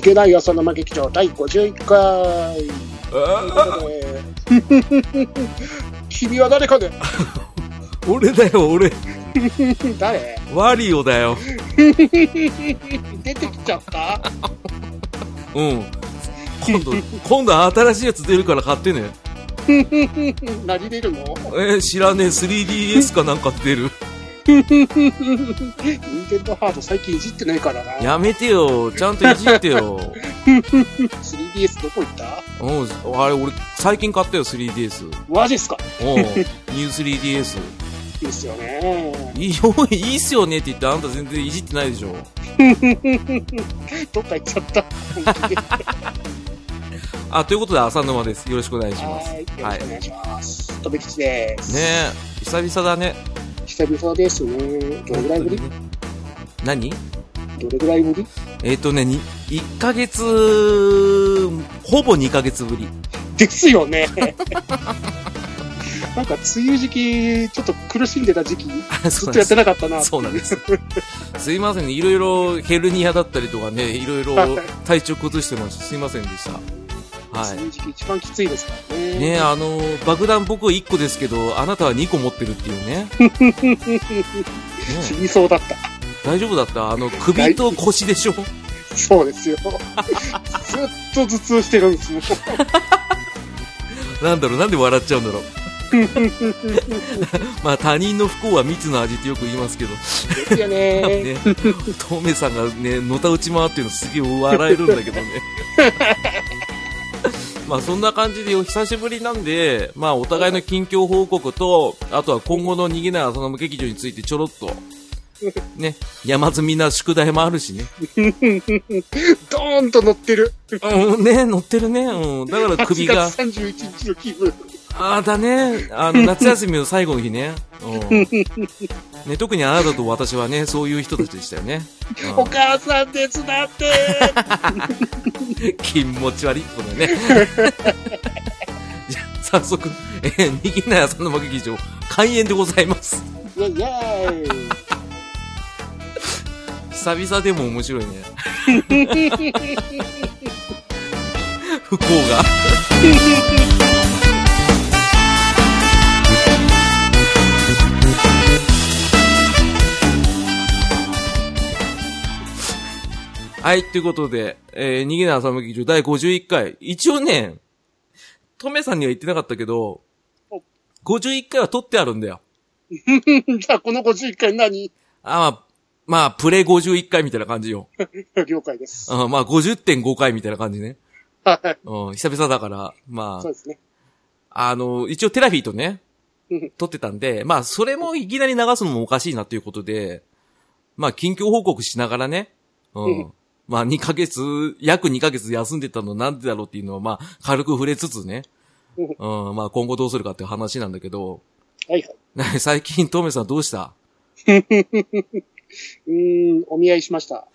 けない朝生劇場第51回。 ということで君は誰かね 俺だよ、俺。 誰ワリオだよ。出てきちゃった うん。今度、今度新しいやつ出るから買ってね。何出るのえー知らねえ、3DS かなんか出る。任天堂ハード最近いじってないからな。やめてよ、ちゃんといじってよ。 3DS どこ行ったうん、あれ、俺、最近買ったよ、3DS。マジっすかおうニュー 3DS。いいっすよ ね。いいよ、いいっすよねって言って、あんた全然いじってないでしょ。どっか行っちゃった。本気であ、ということで、浅沼です。よろしくお願いします。はねい。よろしくお願いします。とびきちです。え、久々だね。久々ですね。どれぐらいぶり何どれぐらいぶりえっ、とね、に1ヶ月、ほぼ2ヶ月ぶり。 ですよね。 なんか、梅雨時期、ちょっと苦しんでた時期、あずそっとやっうなんですて。なかったな。そうなんです。すいませんね。いろいろヘルニアだったりとかね、いろいろ体調崩してました。すいませんでした。は梅い。雨時期一番きついですからね。ねえ、あの、爆弾僕1個ですけど、あなたは2個持ってるっていうね。 ね死えにそうだった。大丈夫だったあの、首と腰でしょ そうですよ。ずっと頭痛してるんですよ。なんだろう、なんで笑っちゃうんだろう。まあ、他人の不幸は蜜の味ってよく言いますけど、ですよね。ね、トメさんがね、のたうち回ってるのすげえ笑えるんだけどね。 まあ、そんな感じでお久しぶりなんで、まあ、お互いの近況報告と、あとは今後の逃げない浅沼劇場についてちょろっと、ね、山積みな宿題もあるしね。ドーンと乗ってる。うん、ね、乗ってるね。うん、だから首8が月、31日の気分。ああ、だね。あの、夏休みの最後の日ね。うん。ね、特にあなたと私はね、そういう人たちでしたよね。お母さん手伝ってうん、気持ち悪いことだね。 じゃあ、早速、えー、にぎなやさんの幕劇場、開演でございます。イェイイェイ久々でも面白いね。不幸が。はい、ということで、えー、逃げない朝向劇場第51回。一応ね、トメさんには言ってなかったけどお、 51回は撮ってあるんだよ。 じゃあ、この51回何あまあ、まあ、プレ51回みたいな感じよ。了解です。うん、まあ、50.5回みたいな感じね。はい。うん、久々だから、まそうですね。あ、あの、一応テラフィーとねうん、撮ってたんで、まあ、それもいきなり流すのもおかしいなということで、まあ、近況報告しながらね、う。うんまあ、2ヶ月、約2ヶ月休んでたのなんでだろうっていうのは、まあ、軽く触れつつね、ううん、まあ、今後どうするかっていう話なんだけど、 はいはい。ね最近、トメさんどうしたうーん、お見合いしました。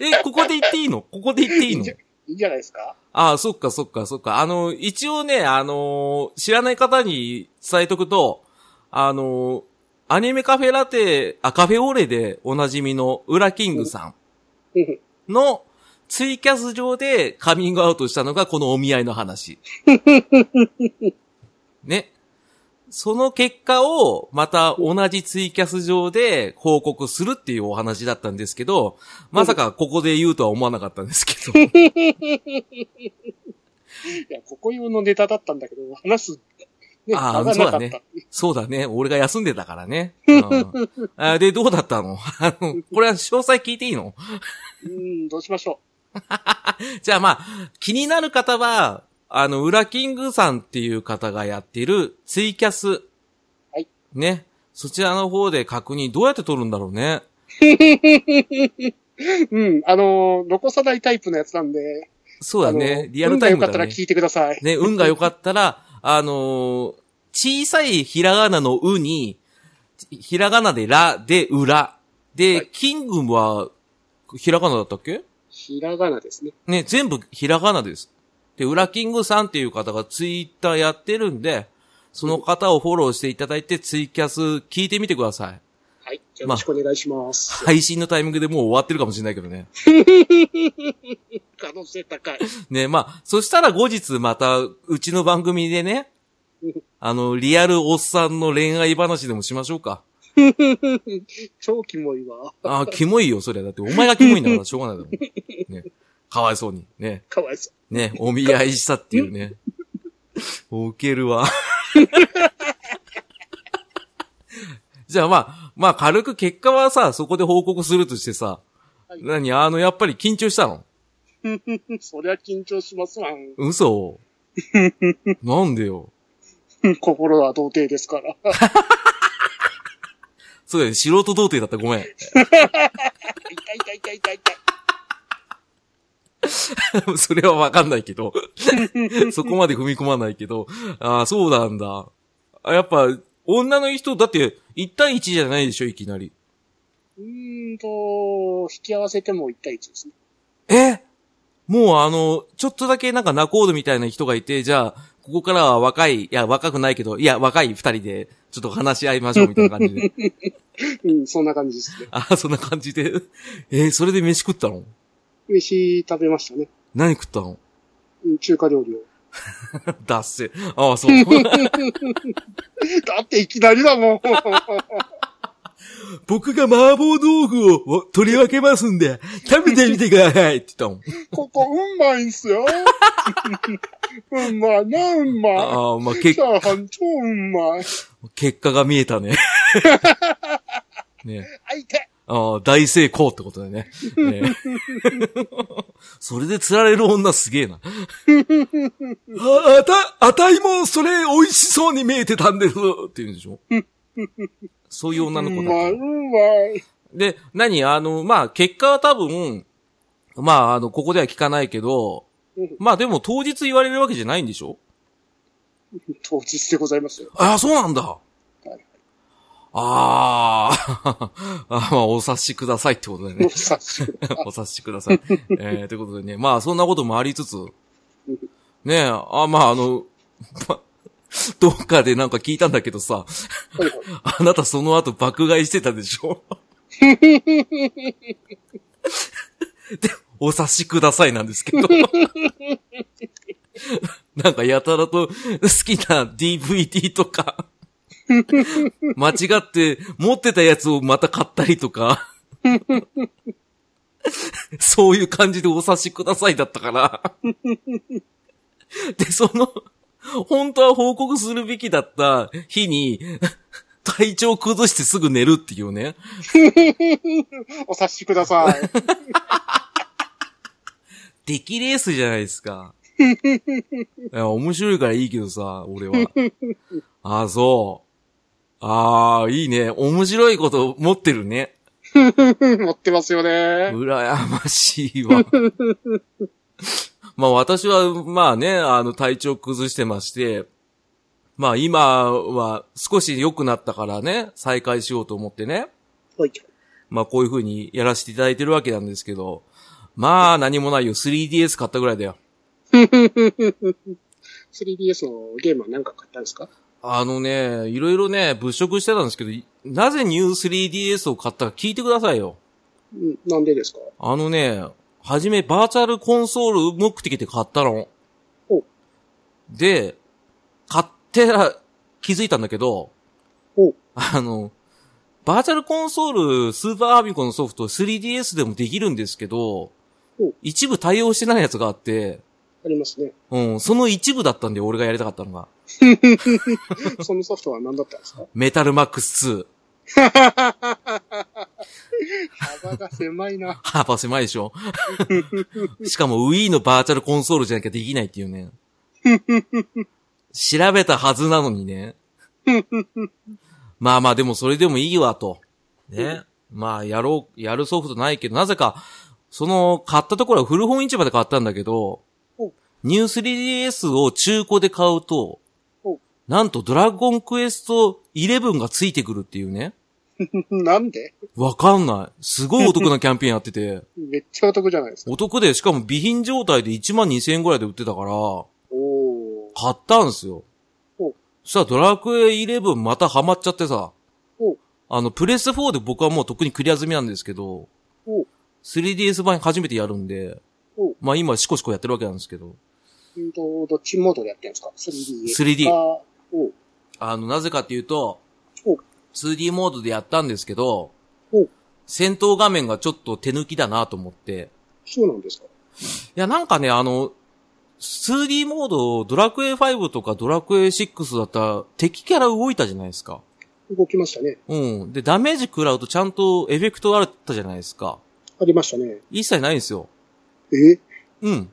え、ここで言っていいのここで言っていいのじゃいいんじゃないですかああ、そっかそっかそっか。あの、一応ね、あのー知らない方に伝えとくと、あのーアニメカフェラテ、あ、カフェオレでおなじみのウラキングさうんんのツイキャス上でカミングアウトしたのがこのお見合いの話。 ね。その結果をまた同じツイキャス上で報告するっていうお話だったんですけど、まさかここで言うとは思わなかったんですけど。いや、ここ用のネタだったんだけど、話す、ね、あー場がなかったっていう。そうだね。俺が休んでたからね。うん、あで、どうだったの あの、これは詳細聞いていいのうーん、どうしましょじゃあまあ、気になる方は、あの、ウラキングさんっていう方がやってるツイキャス。はい。ね。そちらの方で確認どうやって撮るんだろうね。う。うん、あのー残さないタイプのやつなんで、そうだあのねー。リアルタイム運が良かだねったら。聞いてください。ね、運が良かったら、あのー小さいひらがなのうに、ひらがなでら、で、裏。で、はいキングは、ひらがなだったっけひらがなですね。ね、全部ひらがなです。で、ウラキングさんっていう方がツイッターやってるんで、その方をフォローしていただいてツイキャス聞いてみてください。はい。よろしくお願いします。配信のタイミングでもう終わってるかもしれないけどね。可能性高い。ね、まあ、そしたら後日また、うちの番組でね、あの、リアルおっさんの恋愛話でもしましょうか。超キモいわ。ああ、キモいよ、そりゃ。だって、お前がキモいんだからしょうがないだろ。ね。かわいそうに。ね。かわいそね。お見合いしたっていうね。ウケるわ。 じゃあまあ、まあ軽く結果はさ、そこで報告するとしてさ、はい何あの、やっぱり緊張したのう。 そりゃ緊張しますわ ん。嘘なんでよ。心は童貞ですから。 そうだよ、素人童貞だったごめん。痛い痛い痛い痛い痛い。それはわかん ないけど。 そこまで踏み込まないけど。ああ、そうなんだ。あやっぱ、女の人、だって、1対1じゃないでしょ、いきなり。うーんと、引き合わせても1対1ですね。えもうあの、ちょっとだけなんか仲人みたいな人がいて、じゃあ、ここからは若い、いや、若くないけど、いや、若い二人で、ちょっと話し合いましょう、みたいな感じで。うん、そんな感じですね。ああ、そんな感じで。えーそれで飯食ったの飯食べましたね。何食ったのうん中華料理を。だっせ。ああ、そう。だっていきなりだもん。 僕が麻婆豆腐を取り分けますんで、食べてみてくださいって言ったもん。ここ、うんまいんすよ。うんまいな、うんまああ、まあ、い。けチ、ャーハン超うんまい。結果が見えたね。ね。あ、痛い。ああ、大成功ってことだね。ねそれで釣られる女すげえな。あ、あた、あたいもそれ美味しそうに見えてたんですって言うんでしょそういう女うの子んだまい、ったう。んまい。で、何あの、まあ、結果は多分、まあ、あの、ここでは聞かないけどうん、まあでも当日言われるわけじゃないんでしょ当日でございますよ。ああ、そうなんだ。はいあー あ、まあ、お察しくださいってことだよもうね。察しろ。 お察しください。えー、ということでね、まあ、そんなこともありつつ、ねえ、あ、まあ、あの、 まどっかでなんか聞いたんだけどさ、はいはいあなたその後爆買いしてたでしょで、お察しくださいなんですけど。なんかやたらと好きな DVD とか、間違って持ってたやつをまた買ったりとか、そういう感じでお察しくださいだったから。で、その、本当は報告するべきだった日に、体調崩してすぐ寝るっていうね。お察しください。出来レースじゃないですか。いや、面白いからいいけどさ、俺は。ああ、そう。ああ、いいね。面白いこと持ってるね。持ってますよね。羨ましいわ。まあ私は、まあね、あの体調崩してまして、まあ今は少し良くなったからね、再開しようと思ってね。はい。まあこういう風にやらせていただいてるわけなんですけど、まあ何もないよ。3DS 買ったぐらいだよ。 3DS のゲームは何か買ったんですかあのね、いろいろね、物色してたんですけど、いなぜニュー 3DS を買ったか聞いてくださいよ。うん、なんでですかあのね、はじめバーチャルコンソール目的で買ったのお。で、買ってら気づいたんだけど、おあの、バーチャルコンソール、スーパーアビコのソフト 3DS でもできるんですけどお、一部対応してないやつがあって、ありますね。うん、その一部だったんで、俺がやりたかったのが。そのソフトは何だったんですかメタルマックス2。 幅が狭い な。幅狭いでしょしかも Wii のバーチャルコンソールじゃなきゃできないっていうね。調べたはずなのにね。まあまあでもそれでもいいわと。ね。まあやろう、やるソフトないけど、なぜか、その、買ったところは古本市場で買ったんだけどお、ニュー 3DS を中古で買うとお、なんとドラゴンクエスト11がついてくるっていうね。なんでわかんない。すごいお得なキャンペーンやっ てて。めっちゃお得じゃないですか。お得で、しかも備品状態で1万2000円ぐらいで売ってたから、おー。買ったんすよ。おそしたらドラクエ11またハマっちゃってさお、あの、プレス4で僕はもうとっくにクリア済みなんですけどお、 3DS 版初めてやるんでお、まあ今シコシコやってるわけなんですけど、うんと、どっちモードでやってるんですか ?3D。 3D あおあの、なぜかっていうとお、 2D モードでやったんですけどお、戦闘画面がちょっと手抜きだなと思って、そうなんですかいや、なんかね、あの、2D モード、ドラクエ5とかドラクエ6だったら敵キャラ動いたじゃないですか。動きましたね。うん。で、ダメージ食らうとちゃんとエフェクトあったじゃないですか。ありましたね。一切ないんですよ。えうん。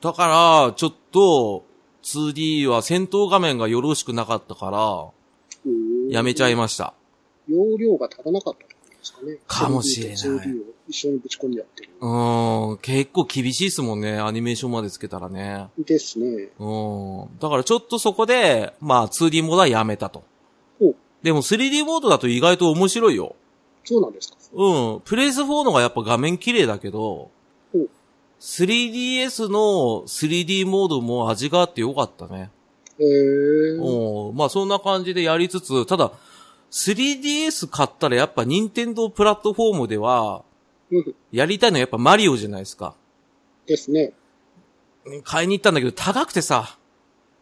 だから、ちょっと、2D は戦闘画面がよろしくなかったから、やめちゃいまました。容量が足らなかったってことですかね。かもしれない 3D を一緒にぶち込んでやってる。うーん、結構厳しいですもんね、アニメーションまでつけたらね。ですね。うん。だからちょっとそこで、まあ 2D モードはやめたとお。でも 3D モードだと意外と面白いよ。そうなんですかうん。プレイス4のがやっぱ画面綺麗だけどお、 3DS の 3D モードも味があってよかったね。えー、うん。まあそんな感じでやりつつ、ただ、3DS 買ったらやっぱ任天堂プラットフォームでうんは、やりたいのはやっぱマリオじゃないですか。ですね。買いに行ったんだけど高くてさ、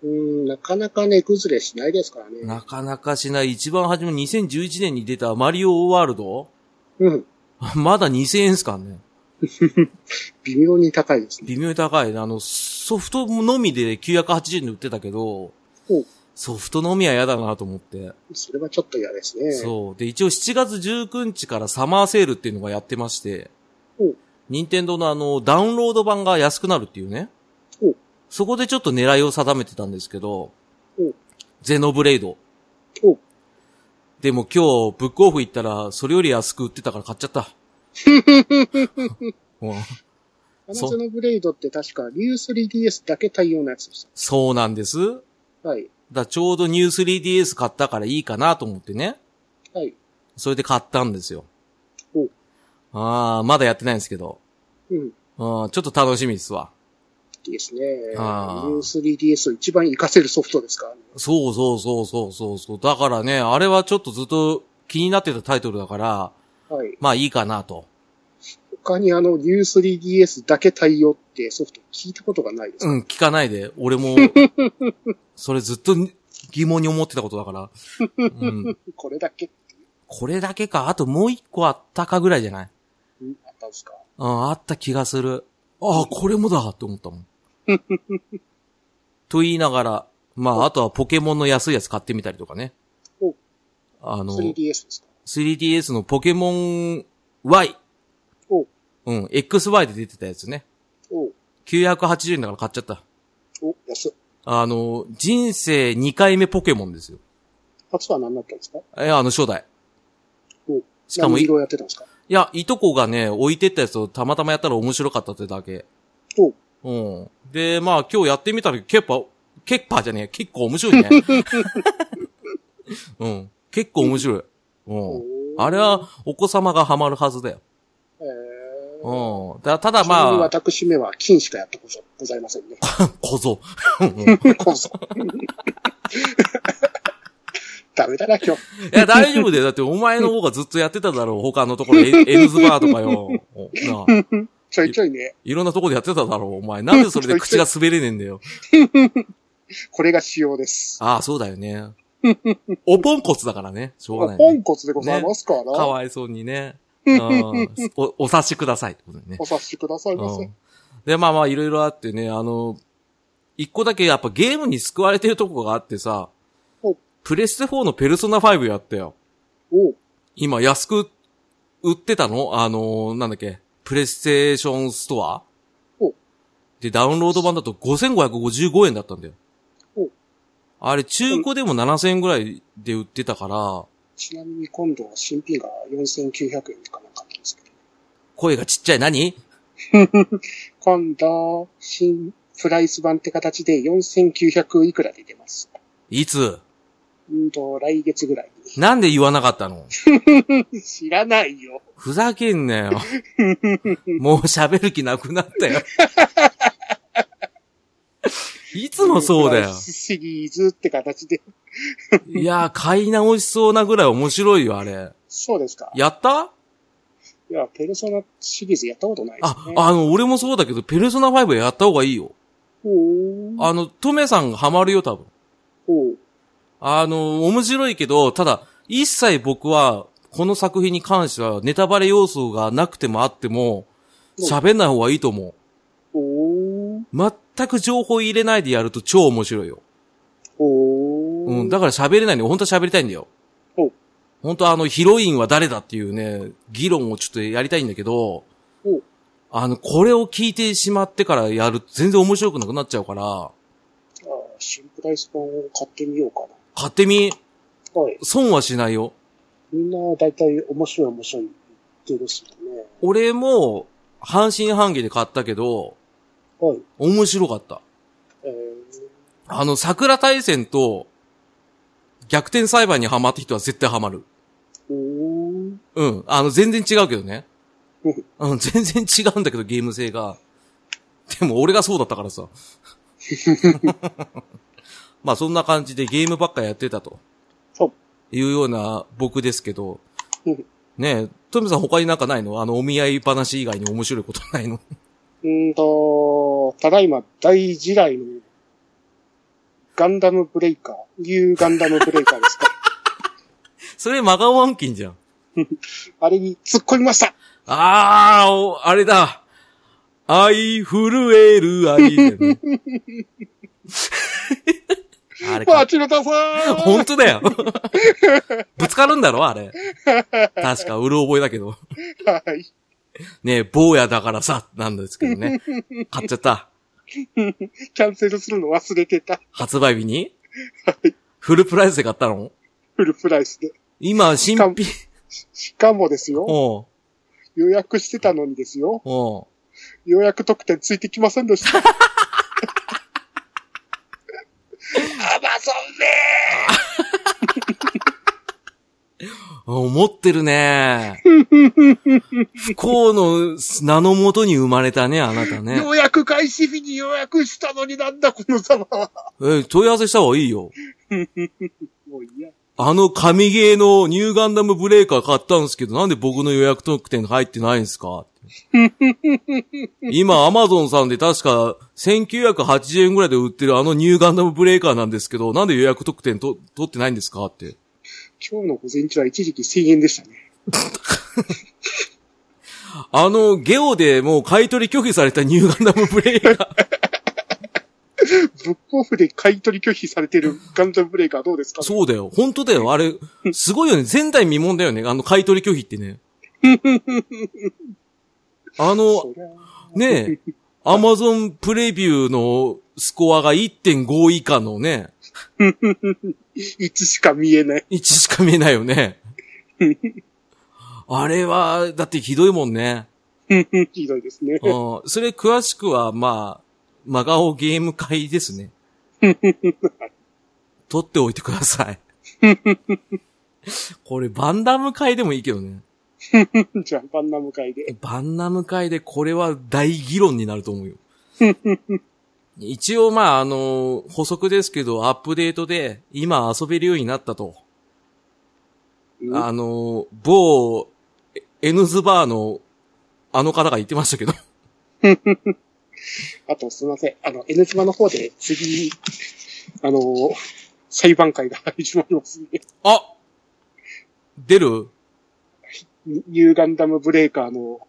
うん、なかなかね、崩れしないですからね。なかなかしない。一番初め2011年に出たマリオワールド うん。まだ2000円っすからね。微妙に高いですね。微妙に高い。あの、ソフトのみで980円で売ってたけどほう、ソフトのみは嫌だなと思って。それはちょっと嫌ですね。そう。で、一応7月19日からサマーセールっていうのがやってましてほう、任天堂のあの、ダウンロード版が安くなるっていうねほう。そこでちょっと狙いを定めてたんですけどほう、ゼノブレイド。おう。でも今日、ブックオフ行ったら、それより安く売ってたから買っちゃ った。うんアナそうズのブレイドって確か、リュー 3DS だけ対応のやつでしそうなんです。だかた。はい。らちょうどニュー 3DS 買ったからいいかなと思ってね。はい。それで買ったんですよお。ああ、まだやってないんですけど。うん。うん、ちょっと楽しみですわ。いいですね。ニュあーー 3DS を一番活かせるソフトですから、ね。そうそうそうそうそうそう。だからね、あれはちょっとずっと気になってたタイトルだから、はい。まあいいかなと。他にあの、ニュー 3DS だけ対応ってソフト聞いたことがないです。うん、聞かないで。俺も、それずっと疑問に思ってたことだから。うん、これだけこれだけか。あともう一個あったかぐらいじゃないうんあったんですかうん、あった気がする。ああ、これもだって思ったもん。と言いながら、まあ、あとはポケモンの安いやつ買ってみたりとかねお。あの、 ?3DS ですか 3DS のポケモン Y。おうん、XY で出てたやつね。おう980円だから買っちゃった。お、安っ。あの、人生2回目ポケモンですよ。初は何だったんですかえ、あの、初代。おしかもい何色やってたんですかいや、いとこがね、置いてったやつをたまたまやったら面白かったってだけ。おうん。で、まあ今日やってみたら、ケッパ、ケッパじゃねえ、結構面白 いね。うん。結構面白い。うん。あれ、は、お子様がハマるはずだよ。えー、うん。だただちなみにまあ、私めは金しかやったことございませ んね。小僧。こそ。 ダメだな、今日。いや、大丈夫だよ。だって、お前の方がずっとやってただろう。他のところ、エエルズバーとかよ。なあちょいちょいね、いろんなところでやってただろう。お前、なんでそれで口が滑れねえんだよ。これが仕様です。ああ、そうだ よね。おポンコツだからね。しょうがない、ポねン。コツでございますから、かわいそうにね。うんお、お察しくださいってことでねお。察しくださいまうせん。で、まあまあ、いろいろあってね、あの、一個だけやっぱゲームに救われてるとこがあってさお、プレステ4のペルソナ5やったよ。おう今安く売ってたのあのーなんだっけ、プレイステーションストアおで、ダウンロード版だと5555円だったんだよお。あれ、中古でも7000円ぐらいで売ってたから、ちなみに今度は新品が4900円かなんかなんですけど。声がちっちゃい何今度、新プライス版って形で4900いくらで出ます。いつうんと、来月ぐらいなんで言わなかったのに。知らないよ。ふざけんなよ。もう喋る気なくなったよ。いつもそうだよプライ。スシリーズって形でいやー、買い直しそうなぐらい面白いよ、あれ。そうですか。いやったや、ペルソナシリーズやったことないですあね。、あの、俺もそうだけど、ペルソナ5やった方がいいよ。ほう。あの、トメさんがハマるよ、多分。ほう。あの、面白いけど、ただ、一切僕は、この作品に関しては、ネタバレ要素がなくてもあっても、喋んない方がいいと思う。ほう。全く情報入れないでやると超面白いよ。ほう。うん、だから喋れないんだよ。本当は喋りたいんだよほう。本当はあの、ヒロインは誰だっていうね、議論をちょっとやりたいんだけどほう、あの、これを聞いてしまってからやると全然面白くなくなっちゃうから、あー新プライス版を買ってみようか買ってみ、な。はい。損はしないよ。みんな大体面白い面白い言ってるしね。俺も、半信半疑で買ったけど、はい。面白かった。えー、あの、桜大戦と、逆転裁判にハマった人は絶対ハマる。おー。うん。あの、全然違うけどね。うんうん、全然違うんだけど、ゲーム性が。でも、俺がそうだったから さ。まあ、そんな感じでゲームばっかやってたと。そう。いうような僕ですけどうん。ねえ、トミさん他になんかないのあの、お見合い話以外に面白いことないの うーんと、ただいま大時代のガンダムブレイカー、ニューガンダムブレイカーです か。それマガワンキンじゃん。あれに突っ込みましたあー、おあれだ。愛震える愛だ よね。あれか待ちのたさー 本当だよ。ぶつかるんだろあれ。確か、うる覚えだけど。はい。ねえ、坊やだからさ、なんですけどね。買っちゃった。キャンセルするの忘れてた。発売日にフルプライスで買ったのフルプライスで。今、新品。しかもですよ、おう予約してたのにですよ、おう予約特典ついてきませんで した。アマゾンねお持ってるね不幸の名のもとに生まれたね、あなたね。予約開始日に予約したのになんだこのざまは。え、問い合わせした方がいいよ。もういいや。あの神ゲーのニューガンダムブレーカー買ったんですけど、なんで僕の予約特典入ってないんですか今、アマゾンさんで確か1980円ぐらいで売ってるあのニューガンダムブレーカーなんですけど、なんで予約特典と取ってないんですかって。今日の午前中は一時期1000円でしたね。あの、ゲオでもう買い取り拒否されたニューガンダムブレーカー。ブックオフで買い取り拒否されてるガンダムブレイカーどうですかそうだよ。本当だよ。あれ、すごいよね。前代未聞だよね。あの買い取り拒否ってね。あの、そりゃねえ、アマゾンプレビューのスコアが1.5以下のね、 1しか見え ない。 1しか見えないよね。あれは、だってひどいもんね。ひどいですね。うんそれ詳しくは、まあ、真顔ゲーム会ですね。撮っておいてください。これ、バンダム会でもいいけどね。じゃあ、バンナム会で。バンナム会でこれは大議論になると思うよ。一応まああの、補足ですけど、アップデートで今遊べるようになったと。うんあの、某、え N ズバーのあの方が言ってましたけど。あと、すいません。あの、N 島の方で次、あのー裁判会が始まりますんで。あ出るニニューガンダムブレイカーの、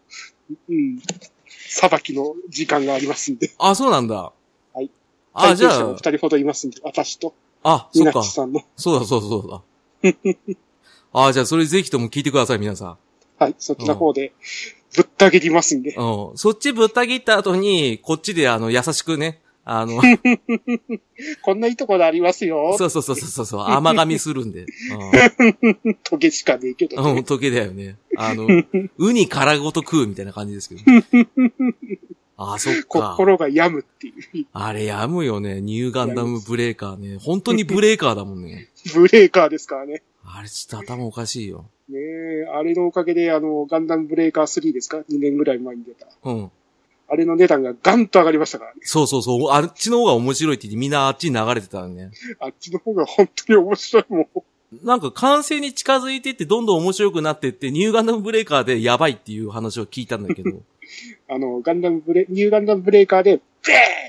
うん、裁きの時間がありますんで。あ、そうなんだ。はい。あ、じ体験ゃ者があお、二人ほどいますんで、私と、あ、みそっなかち。さんの。そうだそうだそうだ。あ、じゃあそれぜひとも聞いてください、皆さん。はい、そっちの方で、ぶった切りますんで。うん。そっちぶった切った後に、こっちであの、優しくね、あの、こんないいところありますよ。そうそうそうそ うそう、甘噛みするんで。トゲしかねえけどうん。うね、ん、時計だよね。あの、ウニ殻ごと食うみたいな感じですけど。ああ、そっか。心が病むっていう。あれやむよね。ニューガンダムブレーカーね。本当にブレーカーだもんね。 ブレーカーですからね。あれちょっと頭おかしいよ。ねえ、あれのおかげで、あの、ガンダムブレーカー3ですか ?2 年ぐらい前に出た。うん。あれの値段がガンと上がりましたからね。そうそうそう。あっちの方が面白いって言ってみんなあっちに流れてたのね。あっちの方が本当に面白いもん。なんか完成に近づいてってどんどん面白くなってって、ニューガンダムブレーカーでやばいっていう話を聞いたんだけど。 あの、ガンダムブレ、ニューガンダムブレーカーで、ベ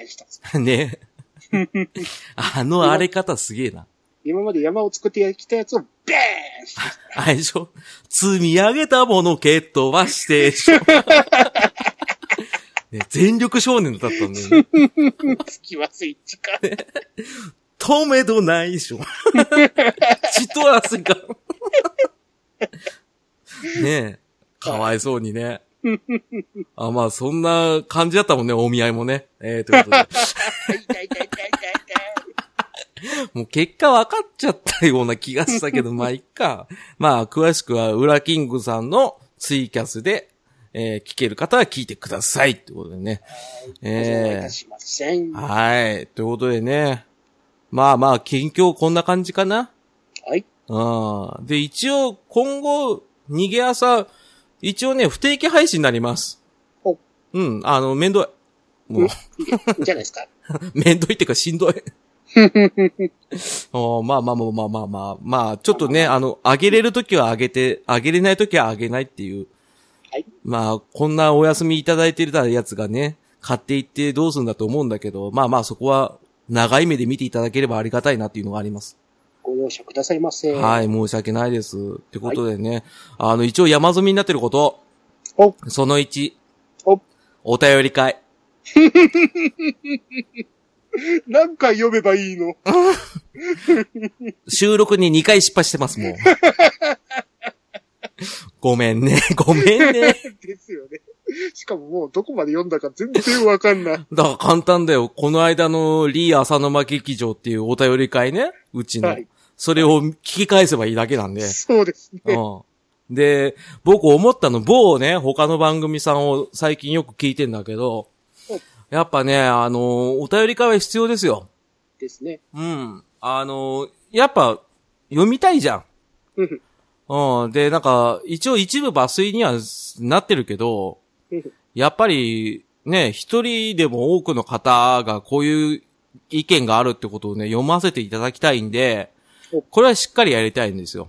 ーンしたんですね。あの荒れ方すげえな。今まで山を作ってきたやつを、ベーンしたあれでしょ積み上げたもの蹴っ飛ばしてでしょ、ね、全力少年だったんだよね。月はスイッチ か。止めどないでしょ血と汗が。 ねえ。かわいそうにね。あ、まあ、そんな感じだったもんね、お見合いもね。えー、ということで。痛い痛い痛い痛い痛いもう結果分かっちゃったような気がしたけど、 まあ、いっか。まあ、詳しくは、ウラキングさんのツイキャスで、えー聞ける方は聞いてください。ってことでね。痛い。お願いいえたしません。ー、ははい。ということでね。まあまあ、近況こんな感じかな。い。うん。で、一応、今後、逃げ朝、一応ね、不定期配信になります。おうん、あの、めんどい。もう、いいじゃないですか。めんどいっていうかしんどい。おーまあまあまあまあまあまあ、まあ、ちょっとね、あの、あげれるときはあげて、あげれないときはあげないっていう。はいまあ、こんなお休みいただいてたやつがね、買っていってどうするんだと思うんだけど、まあまあそこは、長い目で見ていただければありがたいなっていうのがあります。ご容赦くださいませ。 はい、申し訳ないです。ってことでね、あの、一応山積みになってること、お、その1、お、お便り会。何回読めばいいの 収録に2回失敗してま す、もう。ごめんね、ごめんね。ですよね。 しかももうどこまで読んだか全然わかんない。だから簡単だよ。この間のリー浅沼劇場っていうお便り会ね、うちの。はいそれを聞き返せばいいだけなんで。そうですね。うん。で、僕思ったの、某ね、他の番組さんを最近よく聞いてんだけどうん、やっぱね、あのー、お便り会は必要ですよ。ですね。うん。あのー、やっぱ、読みたいじゃん。うんうん。で、なんか、一応一部抜粋にはなってるけど、うんやっぱり、ね、一人でも多くの方がこういう意見があるってことをね、読ませていただきたいんでお、これはしっかりやりたいんですよ。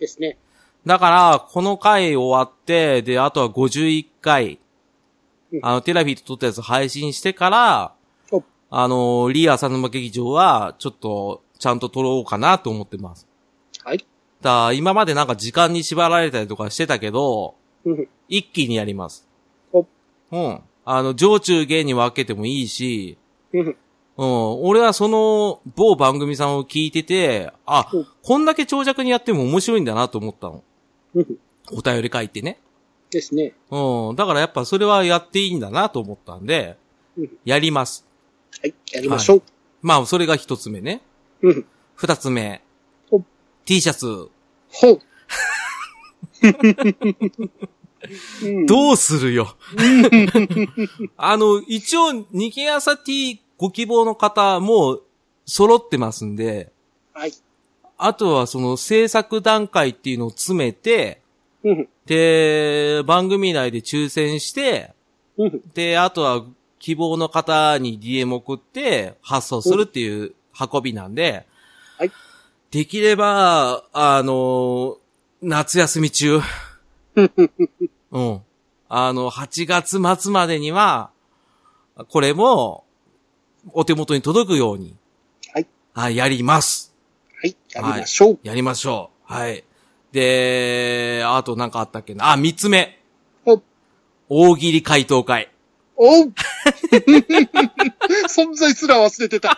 ですね。だから、この回終わって、で、あとは51回うん、あの、テラフィーと撮ったやつ配信してからお、あの、リー浅沼劇場は、ちょっと、ちゃんと撮ろうかなと思ってます。はい。だから今までなんか時間に縛られたりとかしてたけど、うん一気にやります。おうん。あの、上中下に分けてもいいし、うんうん。俺はその某番組さんを聞いてて、あうん、こんだけ長尺にやっても面白いんだなと思ったの。うんお便り書いてね。ですね。うん。だからやっぱそれはやっていいんだなと思ったんでうん、やります。はい。やりましょう。まあ、それが一つ目ね。うん二つ目お。 T シャツ。ほ う。うんどうするよ。あの、一応、ニケアサ T ご希望の方も揃ってますんで、はい。あとはその制作段階っていうのを詰めて、うんで、番組内で抽選して、うんで、あとは希望の方に DM 送って発送するっていう運びなんで、はいできれば、あの、夏休 み中、うん。あの、8月末までには、これも、お手元に届くように、はい。あ、やります。はい。やりましょう。やりましょう。はい。で、あとなんかあったっけな。あ、三つ目。お大喜利回答会。おう 存在すら忘れてた。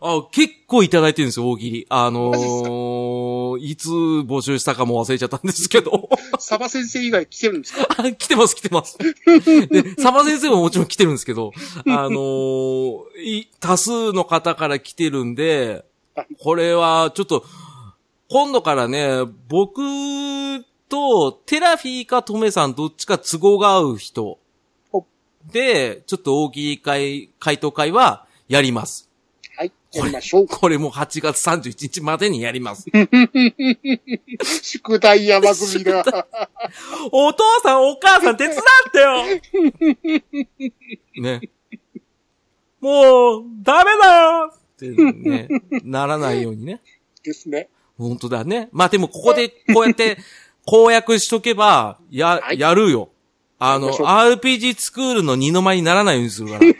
あ、結構いただいてるんですよ、大喜利。あのマジっすー、いつ募集したかも忘れちゃったんですけど。サバ先生以外来てるんですかあ 来てます、来てます。で、サバ先生ももちろん来てるんですけど、あのーい多数の方から来てるんで、これはちょっと、今度からね、僕とテラフィーかトメさんどっちか都合が合う人お。で、ちょっと大喜利会、回答会はやります。はい、やりましょう。これもう8月31日までにやります。宿題山積みだ。お父さんお母さん手伝ってよね。もう、ダメだよってね、ならないようにね。ですね。本当だね。まあでもここでこうやって公約しとけば、や、はいやるよ。あの、やりま RPG スクールの二の舞にならないようにするから。うっ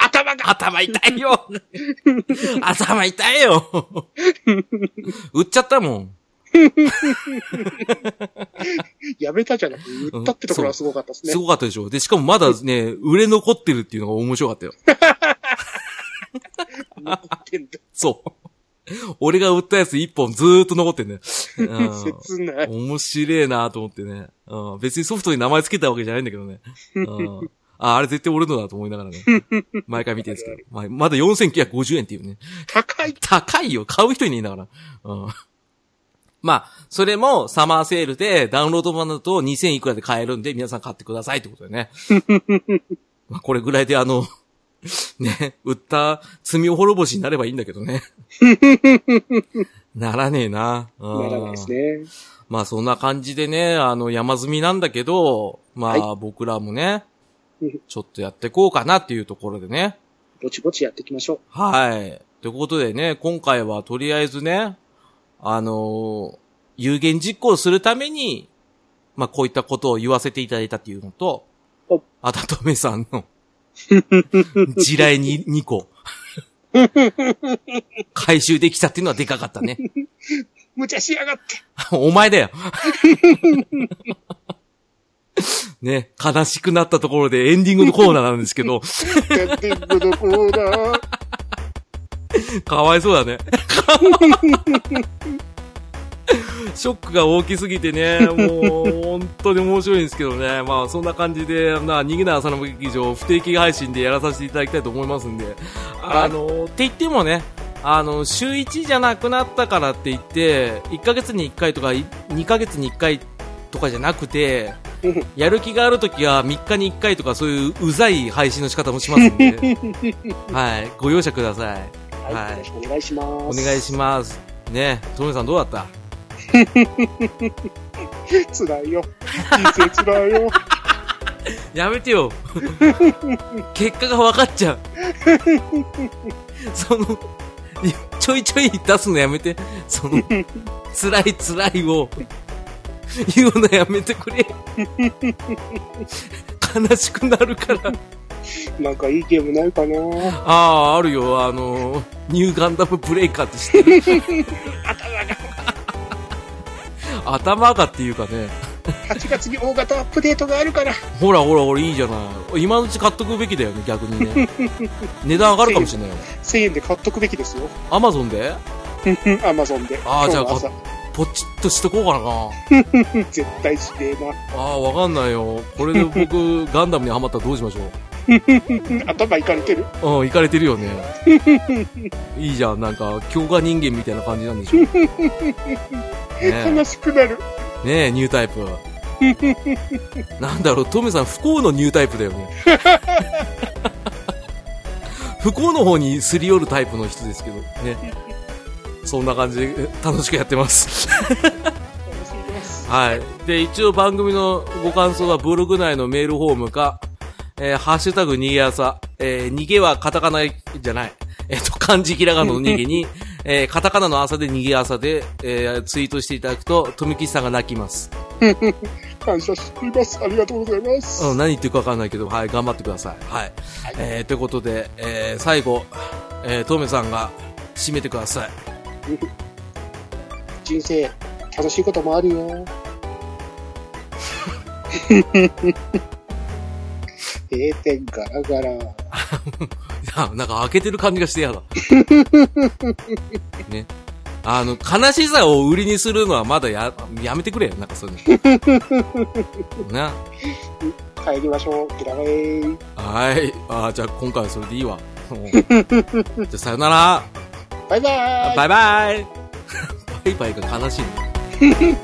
頭が頭痛いよ頭痛いよ 売っちゃったもん。やめたじゃなくて、売ったってところはすごかったですねす。ごかったでしょ。で、しかもまだね、売れ残ってるっていうのが面白かったよ。残ってんだそう。俺が売ったやつ一本ずーっと残ってんね。う切ない。ん。面白えなと思ってね。うん。別にソフトに名前つけたわけじゃないんだけどね。うん。あ、あれ絶対俺のだと思いながらね。毎回見てるんですけど。まあまだ4950円っていうね。高い。高いよ。買う人に言いながら。うん。 まあ、それもサマーセールでダウンロード版だと2000いくらで買えるんで皆さん買ってくださいってこと でね。まあこれぐらいであの、 ね、売った罪を滅ぼしになればいいんだけ どね。ならねえな。うんならないですね。まあそんな感じでね、あの山積みなんだけど、まあ僕らも ねうん、ちょっとやっていこうかなっていうところでね。ぼちぼちやっていきましょう。はい。ということでね、今回はとりあえずね、あのー有言実行するために、まあ、こういったことを言わせていただいたっていうのとお、あたとめさんの、地雷に2個。回収できたっていうのはでかかったね。無茶しや がって。お前だよ。ね、悲しくなったところでエンディングのコーナーなんですけど、やってんのどこだ。かわいそうだね。 ショックが大きすぎてね、もう本当に面白いんですけどね、まあそんな感じで、な逃げない朝の劇場、不定期配信でやらさせていただきたいと思いますんで、あの、って言ってもね、あの、週1じゃなくなったからって言って、1ヶ月に1回とか、い2ヶ月に1回とかじゃなくてうん、やる気があるときは3日に1回とかそういううざい配信の仕方もしますんで、はい、ご容赦ください。ははいい。よろしくお願いします。お願いします。ねトメさんどうだったす。辛いよ。人生辛 いよ。やめてよ。結果が分かっちゃう。その、いちょいちょい出すのやめて。その、辛い辛いを言うのやめてくれ。悲しくなるから。なんかいいゲームないかなああ、あるよ。あの、ニューガンダムブレイカーって知ってる。頭が。頭がっていうかね。 8月に大型アップデートがあるからほらほら、俺いいじゃない。今のうち買っとくべきだよね、逆にね。値段上がるかもしれないよ。 1000円で買っとくべきですよ アマゾンでアマゾンであーじゃあ今日の朝 ポチッとしとこうかな。絶対しねああ、わかんないよ。これで僕、ガンダムにハマったらどうしましえな 頭いかれてるょう。うん、いかれてるよね。いいじゃん、なんか、強化人間みたいな感じなんでしょ。ねえ悲しくなるねえ、ニュータイプ。なんだろう、トメさん、不幸のニュータイプだよね。 不幸の方にすり寄るタイプの人ですけど、ね。そんな感じで楽しくやってます。楽しみですはい。で、一応番組のご感想はブログ内のメールフォームか、えーハッシュタグ逃げ朝、えー逃げはカタカナじゃない、えっ、と、漢字ひらがなの逃げに、えーカタカナの朝で逃げ朝で、えーツイートしていただくと、富吉さんが泣きます。感謝していますありがとうございます、うん、何言ってるかわかんないけど、はい、頑張ってください。はい。えー、ということで、えー、最後、えー、トメさんが締めてください。 人生楽しいこともあるよ閉店ガラガラいやなんか開けてる感じがしてやだ。 ね。あの、悲しさを売りにするのはまだや、やめてくれよ。なんかそういうの。 な。帰りましょうキラメイはい。あーじゃあ今回はそれでいいわ。うんじゃあさよなら。バイバイバイバイ。バイバイが悲しいね。